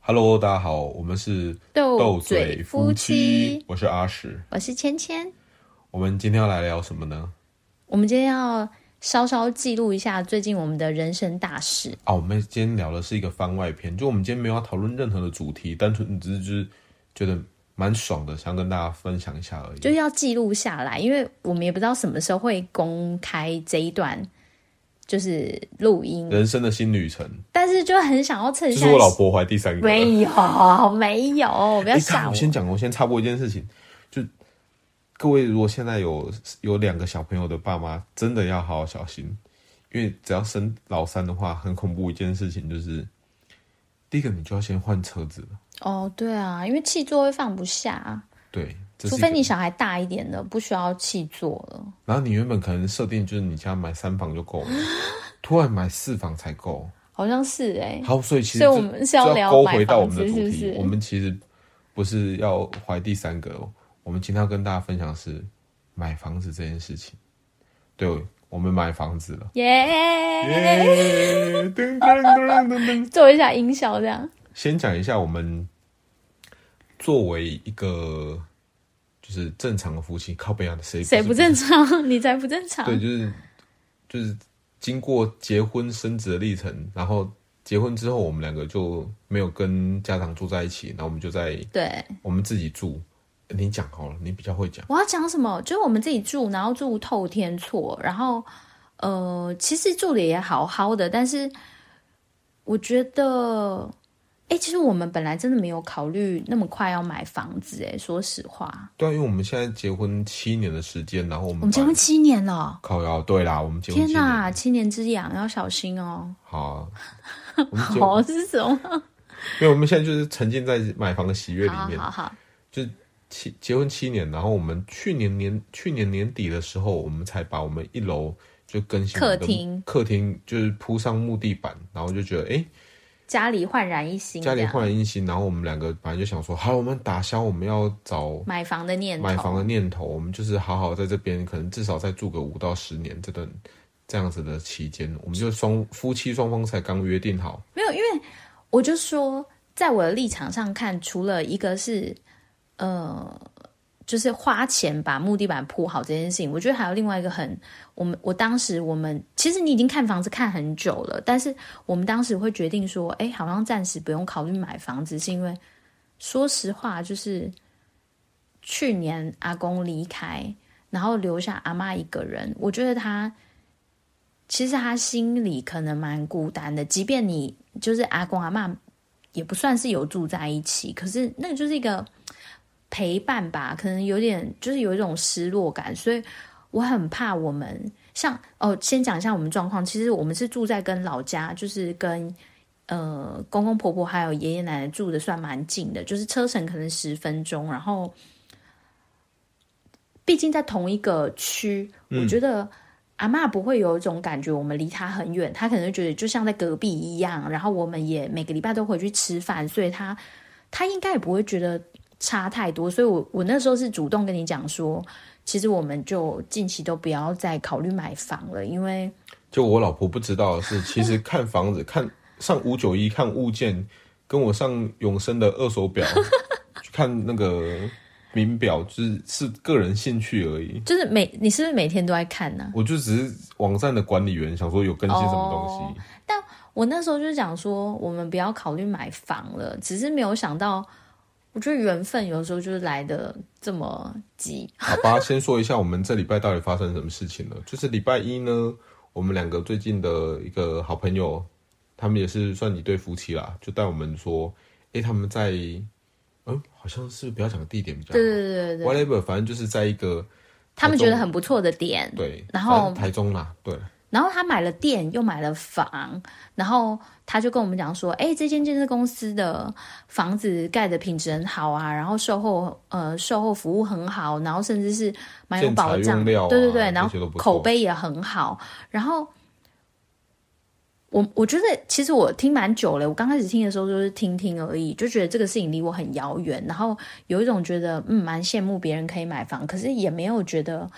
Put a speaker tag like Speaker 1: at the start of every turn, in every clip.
Speaker 1: Hello，大家好，我们是
Speaker 2: 斗
Speaker 1: 嘴
Speaker 2: 嘴夫妻
Speaker 1: 我是阿史。
Speaker 2: 我是芊芊。
Speaker 1: 我们今天要来聊什么呢？
Speaker 2: 我们今天要稍稍记录一下最近我们的人生大事。
Speaker 1: 啊，我们今天聊的是一个番外篇，就我们今天没有要讨论任何的主题，单纯只是就是觉得蛮爽的，想跟大家分享一下而已。
Speaker 2: 就是要记录下来，因为我们也不知道什么时候会公开这一段，就是录音，
Speaker 1: 人生的新旅程，
Speaker 2: 但是就很想要趁
Speaker 1: 就是
Speaker 2: 现在。
Speaker 1: 我老婆怀第三个。
Speaker 2: 没有，没有，不 要
Speaker 1: 哎看
Speaker 2: 吓
Speaker 1: 我
Speaker 2: 我。
Speaker 1: 先讲，我先插播一件事情，就各位如果现在有有两个小朋友的爸妈，真的要好好小心，因为只要生老三的话，很恐怖一件事情就是，第一个你就要先换车子了，
Speaker 2: 哦，对啊，因为气座会放不下，啊
Speaker 1: 对，这是
Speaker 2: 除
Speaker 1: 一
Speaker 2: 非
Speaker 1: 个
Speaker 2: 你小孩大一点的，不需要气座了。
Speaker 1: 然后你原本可能设定就是你家买三房就 够了，突然买四房才够，
Speaker 2: 好像是哎、
Speaker 1: 好，所以其实
Speaker 2: 所以
Speaker 1: 这
Speaker 2: 我们是
Speaker 1: 这
Speaker 2: 要
Speaker 1: 要
Speaker 2: 聊
Speaker 1: 勾
Speaker 2: 买
Speaker 1: 回到我
Speaker 2: 房
Speaker 1: 们
Speaker 2: 子
Speaker 1: 的主
Speaker 2: 是
Speaker 1: 题，
Speaker 2: 不是？
Speaker 1: 我们其实不是要怀第三个哦，我们今天要跟大家分享的是买房子这件事情。对，我们买房子了，
Speaker 2: 耶、哎
Speaker 1: 耶！ 噔噔噔噔噔。
Speaker 2: 做一下音效这样。
Speaker 1: 先讲一下我们作为一个就是正常的夫妻，靠北岸谁
Speaker 2: 谁
Speaker 1: 是
Speaker 2: 不正常？你才不正常。
Speaker 1: 对，就是就是经过结婚生子的历程，然后结婚之后，我们两个就没有跟家长住在一起，然后我们就在
Speaker 2: 对，
Speaker 1: 我们自己住。呃你讲好了，你比较会讲。
Speaker 2: 我要讲什么？就是我们自己住，然后住透天厝，然后呃，其实住的也好好的，但是我觉得，哎、其实我们本来真的没有考虑那么快要买房子、诶哎，说实话，
Speaker 1: 对啊，因为我们现在结婚七年的时间，然后我们
Speaker 2: 我们结婚
Speaker 1: 把
Speaker 2: 七年了，
Speaker 1: 靠腰，对啦，我们结婚
Speaker 2: 天
Speaker 1: 七年，
Speaker 2: 哪，七年之痒，要小心哦。
Speaker 1: 好啊，我们结
Speaker 2: 好是什么？
Speaker 1: 因为我们现在就是沉浸在买房的喜悦里
Speaker 2: 好
Speaker 1: 面。
Speaker 2: 好好，
Speaker 1: 七结婚七年，然后我们去年年去年年底的时候，我们才把我们一楼就更新
Speaker 2: 客
Speaker 1: 我们的
Speaker 2: 厅
Speaker 1: 客厅就是铺上木地板，然后就觉得哎、诶
Speaker 2: 家里焕然一新这
Speaker 1: 家
Speaker 2: 样，
Speaker 1: 里焕然一新，然后我们两个本来就想说，好，我们打消我们要找
Speaker 2: 买房的念头，
Speaker 1: 买房的念头，我们就是好好在这边，可能至少再住个五到十年这段这样子的期间，我们就双夫妻双方才刚约定好，
Speaker 2: 没有，因为我就说，在我的立场上看，除了一个是呃，就是花钱把木地板铺好这件事情，我觉得还有另外一个很，我们我当时我们其实你已经看房子看很久了，但是我们当时会决定说，哎，好像暂时不用考虑买房子，是因为说实话，就是去年阿公离开，然后留下阿妈一个人，我觉得他。其实他心里可能蛮孤单的，即便你就是阿公阿妈，也不算是有住在一起，可是那就是一个陪伴吧，可能有点就是有一种失落感，所以我很怕我们像哦，先讲一下我们状况，其实我们是住在跟老家，就是跟呃公公婆婆还有爷爷奶奶住的算蛮近的，就是车程可能十分钟，然后毕竟在同一个区，我觉得。阿嬷不会有一种感觉，我们离她很远，她可能觉得就像在隔壁一样。然后我们也每个礼拜都回去吃饭，所以她她应该也不会觉得差太多。所以我我那时候是主动跟你讲说，其实我们就近期都不要再考虑买房了，因为
Speaker 1: 就我老婆不知道的是，其实看房子、看上五九一、看物件，跟我上永生的二手表去看那个名表，就是是个人兴趣而已。
Speaker 2: 就是每你是不是每天都在看呢、
Speaker 1: 我就只是网站的管理员，想说有更新什么东西。
Speaker 2: 哦我那时候就讲说，我们不要考虑买房了，只是没有想到，我觉得缘分有时候就是来的这么急。
Speaker 1: 好吧，先说一下我们这礼拜到底发生什么事情了。就是礼拜一呢，我们两个最近的一个好朋友，他们也是算一对夫妻啦，就带我们说，诶、他们在，嗯，好像是不要讲地点比较好
Speaker 2: 对对对对对，
Speaker 1: ，whatever，反正就是在一个
Speaker 2: 他们觉得很不错的点，
Speaker 1: 对，
Speaker 2: 然后
Speaker 1: 反正台中啦，对，
Speaker 2: 然后他买了店，又买了房，然后他就跟我们讲说，哎，这间建设公司的房子盖的品质很好啊，然后售后呃售后服务很好，然后甚至是蛮有
Speaker 1: 建材
Speaker 2: 保障，
Speaker 1: 用料啊
Speaker 2: 对对对，
Speaker 1: 这
Speaker 2: 然
Speaker 1: 些都
Speaker 2: 后
Speaker 1: 不错
Speaker 2: 口碑也很好，然后。我我觉得其实我听蛮久了，我刚开始听的时候就是听听而已，就觉得这个事情离我很遥远，然后有一种觉得嗯蛮羡慕别人可以买房，可是也没有觉得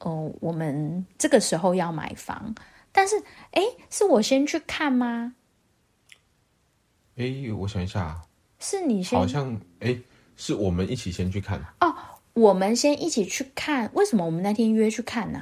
Speaker 2: 哦，我们这个时候要买房，但是诶，是我先去看吗？
Speaker 1: 诶、我想一下，
Speaker 2: 是你先
Speaker 1: 好像哎、是我们一起先去看，
Speaker 2: 我们先一起去看，为什么我们那天约去看呢、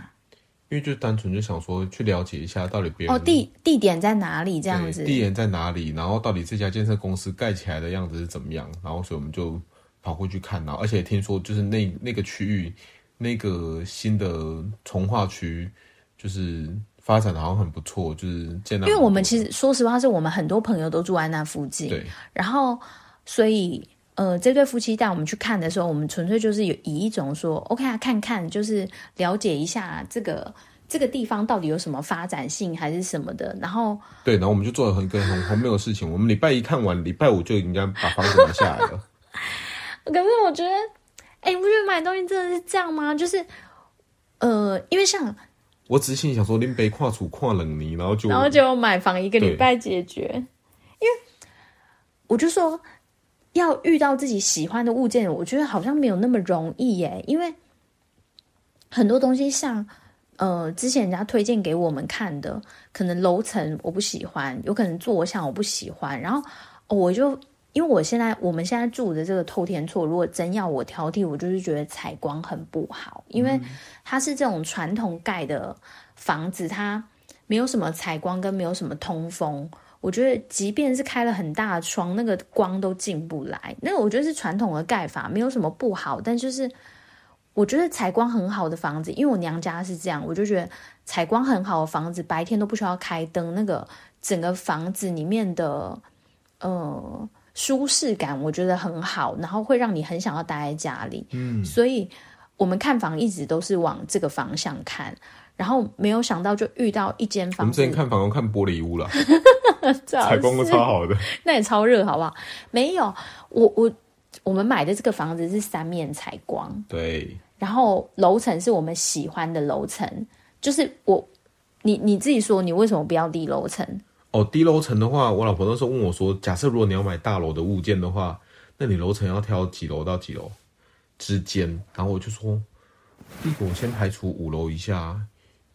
Speaker 1: 因为就单纯就想说去了解一下到底别人
Speaker 2: 哦，地地点在哪里？这样
Speaker 1: 对
Speaker 2: 子，
Speaker 1: 地点在哪里，然后到底这家建设公司盖起来的样子是怎么样，然后所以我们就跑过去看，然后而且听说就是那那个区域那个新的从化区就是发展的好像很不错，就是建到
Speaker 2: 因为我们
Speaker 1: 很
Speaker 2: 其实说实话，是我们很多朋友都住在那附
Speaker 1: 多
Speaker 2: 近，
Speaker 1: 对
Speaker 2: 然后所以呃，这对夫妻带我们去看的时候，我们纯粹就是有以一种说 OK 啊，看看就是了解一下这个这个地方到底有什么发展性还是什么的，然后
Speaker 1: 对，然后我们就做了一个很荒谬的事情，我们礼拜一看完，礼拜五就应该把房子拿下来了。
Speaker 2: 可是我觉得，哎、你不觉得买东西真的是这样吗？就是，呃，因为像，
Speaker 1: 我只是心里想说，林北跨楚跨冷泥，然后就
Speaker 2: 然后就买房一个礼
Speaker 1: 对
Speaker 2: 拜解决，因为我就说要遇到自己喜欢的物件，我觉得好像没有那么容易耶，因为很多东西像。呃，之前人家推荐给我们看的，可能楼层我不喜欢，有可能坐向我不喜欢，然后、哦我就因为我现在我们现在住的这个透天厝，如果真要我挑剔，我就是觉得采光很不好，因为它是这种传统盖的房子，它没有什么采光跟没有什么通风。我觉得即便是开了很大的窗，那个光都进不来。那个我觉得是传统的盖法，没有什么不好，但就是我觉得采光很好的房子，因为我娘家是这样，我就觉得采光很好的房子，白天都不需要开灯，那个整个房子里面的呃舒适感，我觉得很好，然后会让你很想要待在家里。嗯，所以我们看房一直都是往这个方向看，然后没有想到就遇到一间
Speaker 1: 我
Speaker 2: 房
Speaker 1: 们之
Speaker 2: 子，
Speaker 1: 前看房看玻璃屋了，
Speaker 2: 最好
Speaker 1: 采光都
Speaker 2: 是
Speaker 1: 超好的，
Speaker 2: 那也超热，好不好？没有，我我我们买的这个房子是三面采光，
Speaker 1: 对，
Speaker 2: 然后楼层是我们喜欢的楼层，就是我你你自己说，你为什么不要低楼层？
Speaker 1: 哦，低楼层的话，我老婆那时候问我说，假设如果你要买大楼的物件的话，那你楼层要挑几楼到几楼之间？然后我就说，第一个我先排除五楼以下啊，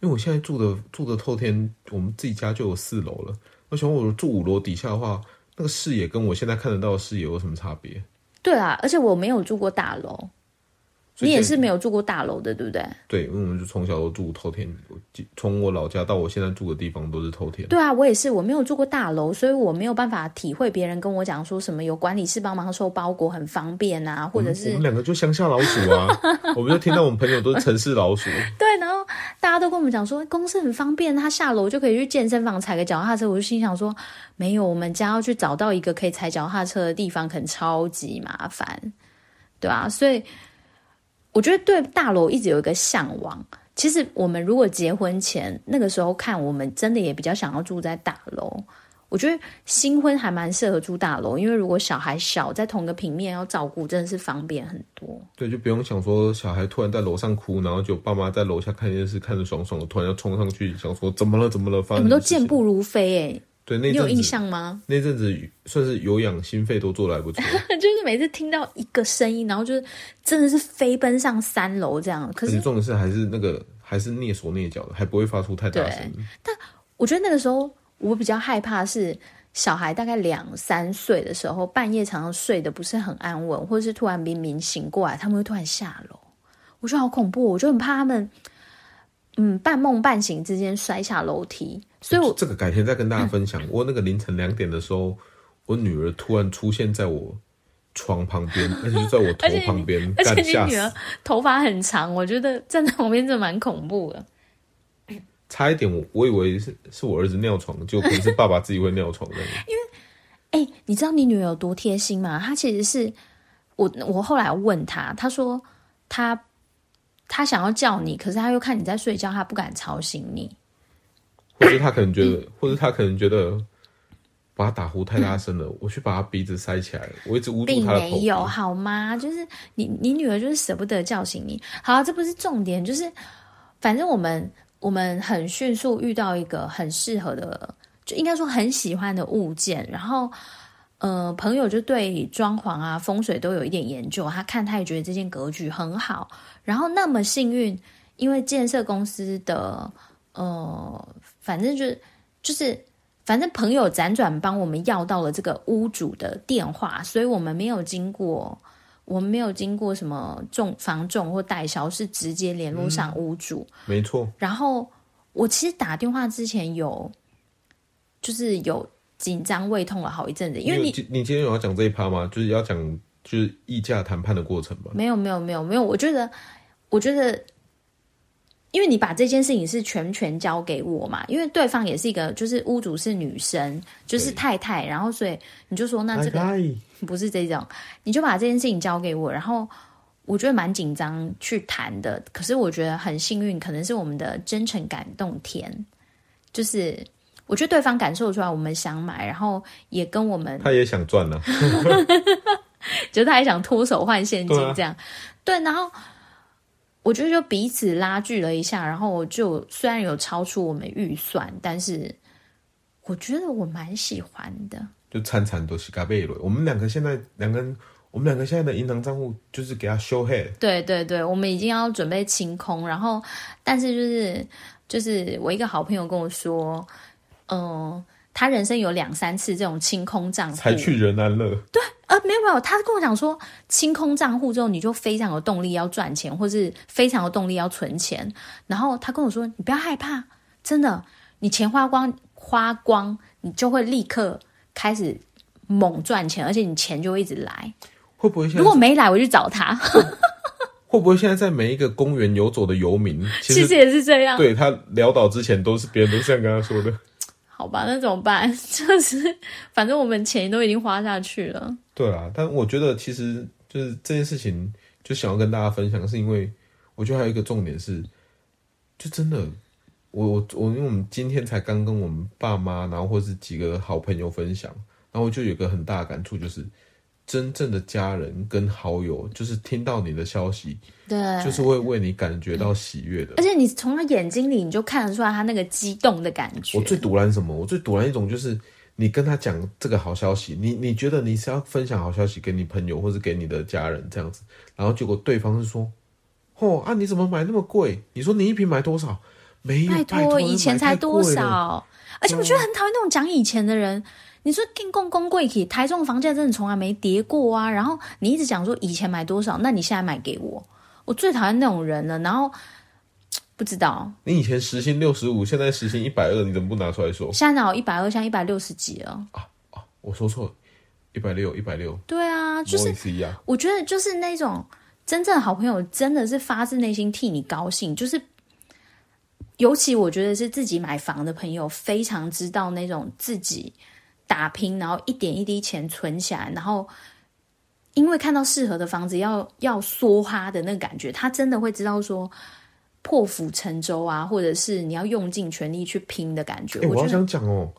Speaker 1: 因为我现在住的住的透天，我们自己家就有四楼了。我想我住五楼底下的话，那个视野跟我现在看得到的视野有什么差别？
Speaker 2: 对啊，而且我没有住过大楼，
Speaker 1: 所以
Speaker 2: 你也
Speaker 1: 这
Speaker 2: 是没有住过大楼的，对不对？
Speaker 1: 对，因为我们就从小都住透天，我从我老家到我现在住的地方都是透天。
Speaker 2: 对啊，我也是，我没有住过大楼，所以我没有办法体会别人跟我讲说什么有管理室帮忙收包裹很方便啊，或者
Speaker 1: 嗯我
Speaker 2: 是
Speaker 1: 们两个就乡下老鼠 啊，我们就听到我们朋友都是城市老鼠。
Speaker 2: 对，然后大家都跟我们讲说公司很方便，他下楼就可以去健身房踩个脚踏车。我就心想说，没有，我们家要去找到一个可以踩脚踏车的地方，可能超级麻烦， 对啊，所以我觉得对大楼一直有一个向往。其实我们如果结婚前那个时候看，我们真的也比较想要住在大楼。我觉得新婚还蛮适合住大楼，因为如果小孩小，在同个平面要照顾，真的是方便很多。
Speaker 1: 对，就不用想说小孩突然在楼上哭，然后就爸妈在楼下看电视看着爽爽的，突然要冲上去想说怎么了怎么了，发
Speaker 2: 我
Speaker 1: 生
Speaker 2: 们都
Speaker 1: 什么
Speaker 2: 健
Speaker 1: 事情
Speaker 2: 步如飞诶、
Speaker 1: 对那
Speaker 2: 你有
Speaker 1: 阵
Speaker 2: 印
Speaker 1: 子
Speaker 2: 象吗？
Speaker 1: 那阵子算是有氧心肺都做的还 不错，
Speaker 2: 就是每次听到一个声音，然后就是真的是飞奔上三楼这样。可
Speaker 1: 而且
Speaker 2: 是
Speaker 1: 重点是还是那个还是蹑手蹑脚的，还不会发出太大的声音。
Speaker 2: 我觉得那个时候我比较害怕是小孩大概两三岁的时候，半夜常常睡得不是很安稳，或者是突然明明醒过来，他们会突然下楼，我觉得好恐怖，我就很怕他们，嗯，半梦半醒之间摔下楼梯。所以我嗯
Speaker 1: 这个改天再跟大家分享。我那个凌晨两点的时候，我女儿突然出现在我床旁边，而且就在我头
Speaker 2: 而且你
Speaker 1: 旁边，
Speaker 2: 而且
Speaker 1: 干吓
Speaker 2: 你女
Speaker 1: 死
Speaker 2: 儿头发很长，我觉得站在旁边真的蛮恐怖的。
Speaker 1: 差一点我我以为是是我儿子尿床，结果可能是爸爸自己会尿床的。
Speaker 2: 哎、你知道你女儿有多贴心吗？她其实是我，我后来问她，她说她她想要叫你，可是她又看你在睡觉，她不敢吵醒你。
Speaker 1: 或者他可能觉得，或者他可能觉得把他打呼太大声了，我去把他鼻子塞起来，我一直捂住
Speaker 2: 并
Speaker 1: 他的头
Speaker 2: 没
Speaker 1: 皮。
Speaker 2: 有好吗？就是你你女儿就是舍不得叫醒你。好，啊这不是重点，就是反正我们我们很迅速遇到一个很适合的，就应该说很喜欢的物件，然后。呃，朋友就对装潢啊、风水都有一点研究，他看他也觉得这间格局很好。然后那么幸运，因为建设公司的呃，反正就是就是反正朋友辗转帮我们要到了这个屋主的电话，所以我们没有经过，我们没有经过什么重房重或代销，是直接联络上屋主。
Speaker 1: 没错，
Speaker 2: 然后我其实打电话之前有，就是有紧张胃痛了好一阵子，因为
Speaker 1: 有
Speaker 2: 你
Speaker 1: 今你今天有要讲这一趴吗？就是要讲就是议价谈判的过程吧。
Speaker 2: 没有没有没有没有，我觉得我觉得，因为你把这件事情是全权交给我嘛，因为对方也是一个就是屋主是女生，就是
Speaker 1: 对
Speaker 2: 太太，然后所以你就说那这个
Speaker 1: 来来
Speaker 2: 不是这种，你就把这件事情交给我，然后我觉得蛮紧张去谈的，可是我觉得很幸运，可能是我们的真诚感动天，就是我觉得对方感受出来我们想买，然后也跟我们
Speaker 1: 他也想赚啊呐、
Speaker 2: 就是他还想脱手换现金
Speaker 1: 对啊
Speaker 2: 这样。对，然后我觉得就彼此拉锯了一下，然后我就虽然有超出我们预算，但是我觉得我蛮喜欢的。
Speaker 1: 就餐餐都是咖贝了。我们两个现在两个人，我们两个现在的银行账户就是给他 show head，
Speaker 2: 对对对，我们已经要准备清空，然后但是就是就是我一个好朋友跟我说，嗯、他人生有两三次这种清空账户，
Speaker 1: 才去人安乐。
Speaker 2: 呃，没有没有，他跟我讲说，清空账户之后，你就非常有动力要赚钱，或是非常有动力要存钱。然后他跟我说，你不要害怕，真的，你钱花光花光，你就会立刻开始猛赚钱，而且你钱就会一直来。
Speaker 1: 会不会现
Speaker 2: 如
Speaker 1: 在
Speaker 2: 果没来，我就找他。
Speaker 1: 会不会现在在每一个公园游走的游民，其
Speaker 2: 其
Speaker 1: 实
Speaker 2: 实也是这样，
Speaker 1: 对他潦倒之前都是别人都是这样跟他说的。
Speaker 2: 好吧，那怎么办？ 就是反正我们钱都已经花下去了。
Speaker 1: 对啊，但我觉得其实就是这件事情，就想要跟大家分享，是因为我觉得还有一个重点是，就真的，我我我，因为我们今天才刚跟我们爸妈，然后或是几个好朋友分享，然后我就有一个很大的感触，就是真正的家人跟好友，就是听到你的消息，
Speaker 2: 对，
Speaker 1: 就是会为你感觉到喜悦的
Speaker 2: 而。且你从他眼睛里，你就看得出来他那个激动的感觉。
Speaker 1: 我最堵拦什么？我最堵拦一种就是你跟他讲这个好消息，你你觉得你是要分享好消息给你朋友或是给你的家人这样子，然后结果对方是说，哦啊你怎么买那么贵？你说你一瓶买多少？没有，
Speaker 2: 拜
Speaker 1: 拜
Speaker 2: 托，以前才多？
Speaker 1: 那买太贵了
Speaker 2: 少？而且我觉得很讨厌那种讲以前的人。你说进贡公贵体，台中房价真的从来没跌过啊。然后你一直讲说以前买多少，那你现在买给我，我最讨厌那种人了。然后不知道
Speaker 1: 你以前时薪六十五，现在时薪一百二，你怎么不拿出来说？
Speaker 2: 现在哪有一百二，现在一百六十几了。
Speaker 1: 我说错，一百六，一百六，
Speaker 2: 对啊，就
Speaker 1: 我
Speaker 2: 是
Speaker 1: 也是一样。
Speaker 2: 我觉得就是那种真正的好朋友，真的是发自内心替你高兴，就是。尤其我觉得是自己买房的朋友，非常知道那种自己打拼，然后一点一滴钱存起来，然后因为看到适合的房子要要梭哈的那个感觉，他真的会知道说破釜沉舟啊，或者是你要用尽全力去拼的感觉。
Speaker 1: 哎、我
Speaker 2: 觉
Speaker 1: 好
Speaker 2: 得
Speaker 1: 想讲哦，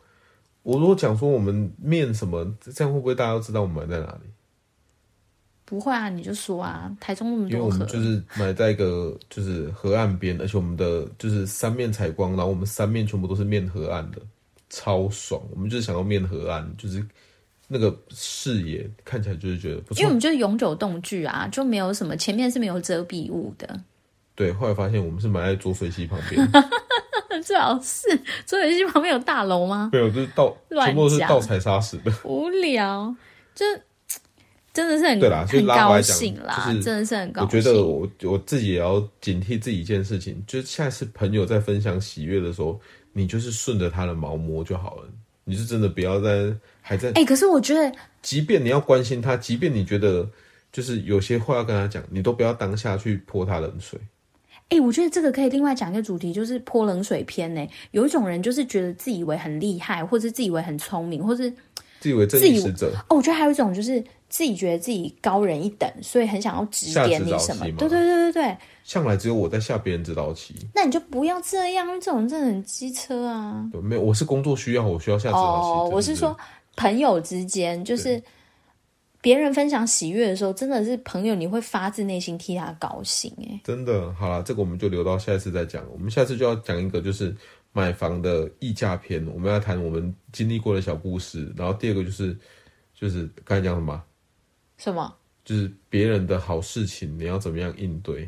Speaker 1: 我如果讲说我们面什么，这样会不会大家都知道我们买在哪里？
Speaker 2: 不会啊，你就说啊，台中那么
Speaker 1: 因为
Speaker 2: 多
Speaker 1: 我
Speaker 2: 河
Speaker 1: 们，就是买在一个就是河岸边，而且我们的就是三面采光，然后我们三面全部都是面河岸的，超爽。我们就是想要面河岸，就是那个视野看起来就是觉得不
Speaker 2: 因为我
Speaker 1: 错。
Speaker 2: 们就是永久动距啊，就没有什么前面是没有遮蔽物的，
Speaker 1: 对，后来发现我们是买在浊水溪旁 边，
Speaker 2: 最好是左水溪旁边有大楼吗？
Speaker 1: 没有，就是盗，
Speaker 2: 乱
Speaker 1: 全部都是
Speaker 2: 讲
Speaker 1: 盗采砂石的。
Speaker 2: 无聊，就真的是很
Speaker 1: 对啦所以
Speaker 2: 很
Speaker 1: 拉回
Speaker 2: 高
Speaker 1: 来讲
Speaker 2: 兴啦，
Speaker 1: 就是
Speaker 2: 真的是很高
Speaker 1: 我
Speaker 2: 兴。
Speaker 1: 觉得我我自己也要警惕自己一件事情，就是下次朋友在分享喜悦的时候，你就是顺着他的毛摸就好了，你就真的不要再还在
Speaker 2: 哎、可是我觉得
Speaker 1: 即便你要关心他，即便你觉得就是有些话要跟他讲，你都不要当下去泼他冷水。
Speaker 2: 哎、我觉得这个可以另外讲一个主题，就是泼冷水篇呢、有一种人就是觉得自以为很厉害，或是自以为很聪明，或是
Speaker 1: 自以为正义使者，
Speaker 2: 哦，我觉得还有一种就是自己觉得自己高人一等，所以很想要指
Speaker 1: 下
Speaker 2: 点
Speaker 1: 指
Speaker 2: 你
Speaker 1: 导
Speaker 2: 什么
Speaker 1: 棋。吗
Speaker 2: 对对对对对，
Speaker 1: 向来只有我在下别人指导棋。
Speaker 2: 那你就不要这样，因为这种真的很机车啊。
Speaker 1: 对，没有，我是工作需要，我需要下指导棋。
Speaker 2: 哦，
Speaker 1: 对
Speaker 2: 我是，说朋友之间，就是别人分享喜悦的时候，真的是朋友，你会发自内心替他高兴哎、
Speaker 1: 对真的好啦，这个我们就留到下一次再讲。我们下次就要讲一个就是买房的溢价篇，我们要谈我们经历过的小故事。然后第二个就是就是刚才讲什么，
Speaker 2: 什么？
Speaker 1: 就是别人的好事情你要怎么样应对。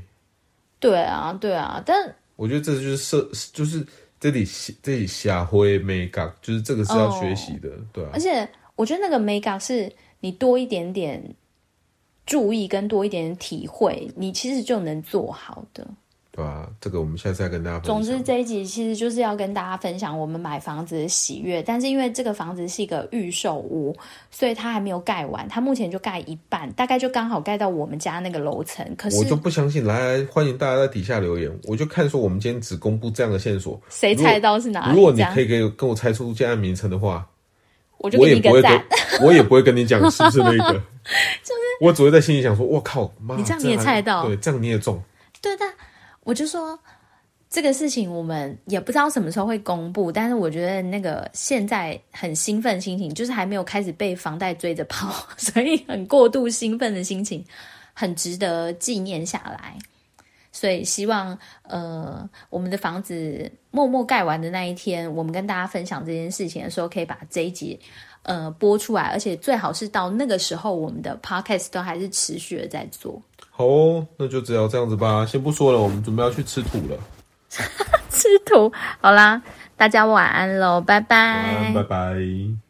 Speaker 2: 对啊，对啊，但
Speaker 1: 我觉得这就是社，就是这里这里下灰 make up，就是这个是要学习的，对啊
Speaker 2: 哦而。且我觉得那个美感是你多一点点注意跟多一点点体会，你其实就能做好的。
Speaker 1: 对啊，这个我们下次再跟大家分享。
Speaker 2: 总之，这一集其实就是要跟大家分享我们买房子的喜悦。但是因为这个房子是一个预售屋，所以它还没有盖完，它目前就盖一半，大概就刚好盖到我们家那个楼层。可
Speaker 1: 我
Speaker 2: 是
Speaker 1: 就不相信，来来，欢迎大家在底下留言，我就看说我们今天只公布这样的线索，
Speaker 2: 谁猜到是哪里？
Speaker 1: 如果你
Speaker 2: 这样
Speaker 1: 可以给我跟我猜出建案名称的话，
Speaker 2: 我就
Speaker 1: 我
Speaker 2: 给
Speaker 1: 也
Speaker 2: 你一
Speaker 1: 不会
Speaker 2: 个赞
Speaker 1: 跟。 我也不会跟你讲是不是那个，就是我只会在心里想说，我靠，妈，
Speaker 2: 你这样你也
Speaker 1: 还
Speaker 2: 猜到
Speaker 1: 对，这样你也中，
Speaker 2: 对，但我就说这个事情我们也不知道什么时候会公布，但是我觉得那个现在很兴奋心情，就是还没有开始被房贷追着跑， 所以很过度兴奋的心情，很值得纪念下来。所以希望呃，我们的房子默默盖完的那一天，我们跟大家分享这件事情的时候，可以把这一集。呃，播出来，而且最好是到那个时候，我们的 podcast 都还是持续的在做。
Speaker 1: 好哦，那就只要这样子吧，先不说了，我们准备要去吃土了，
Speaker 2: 吃土。好啦，大家晚安喽，拜拜
Speaker 1: 晚安，拜拜。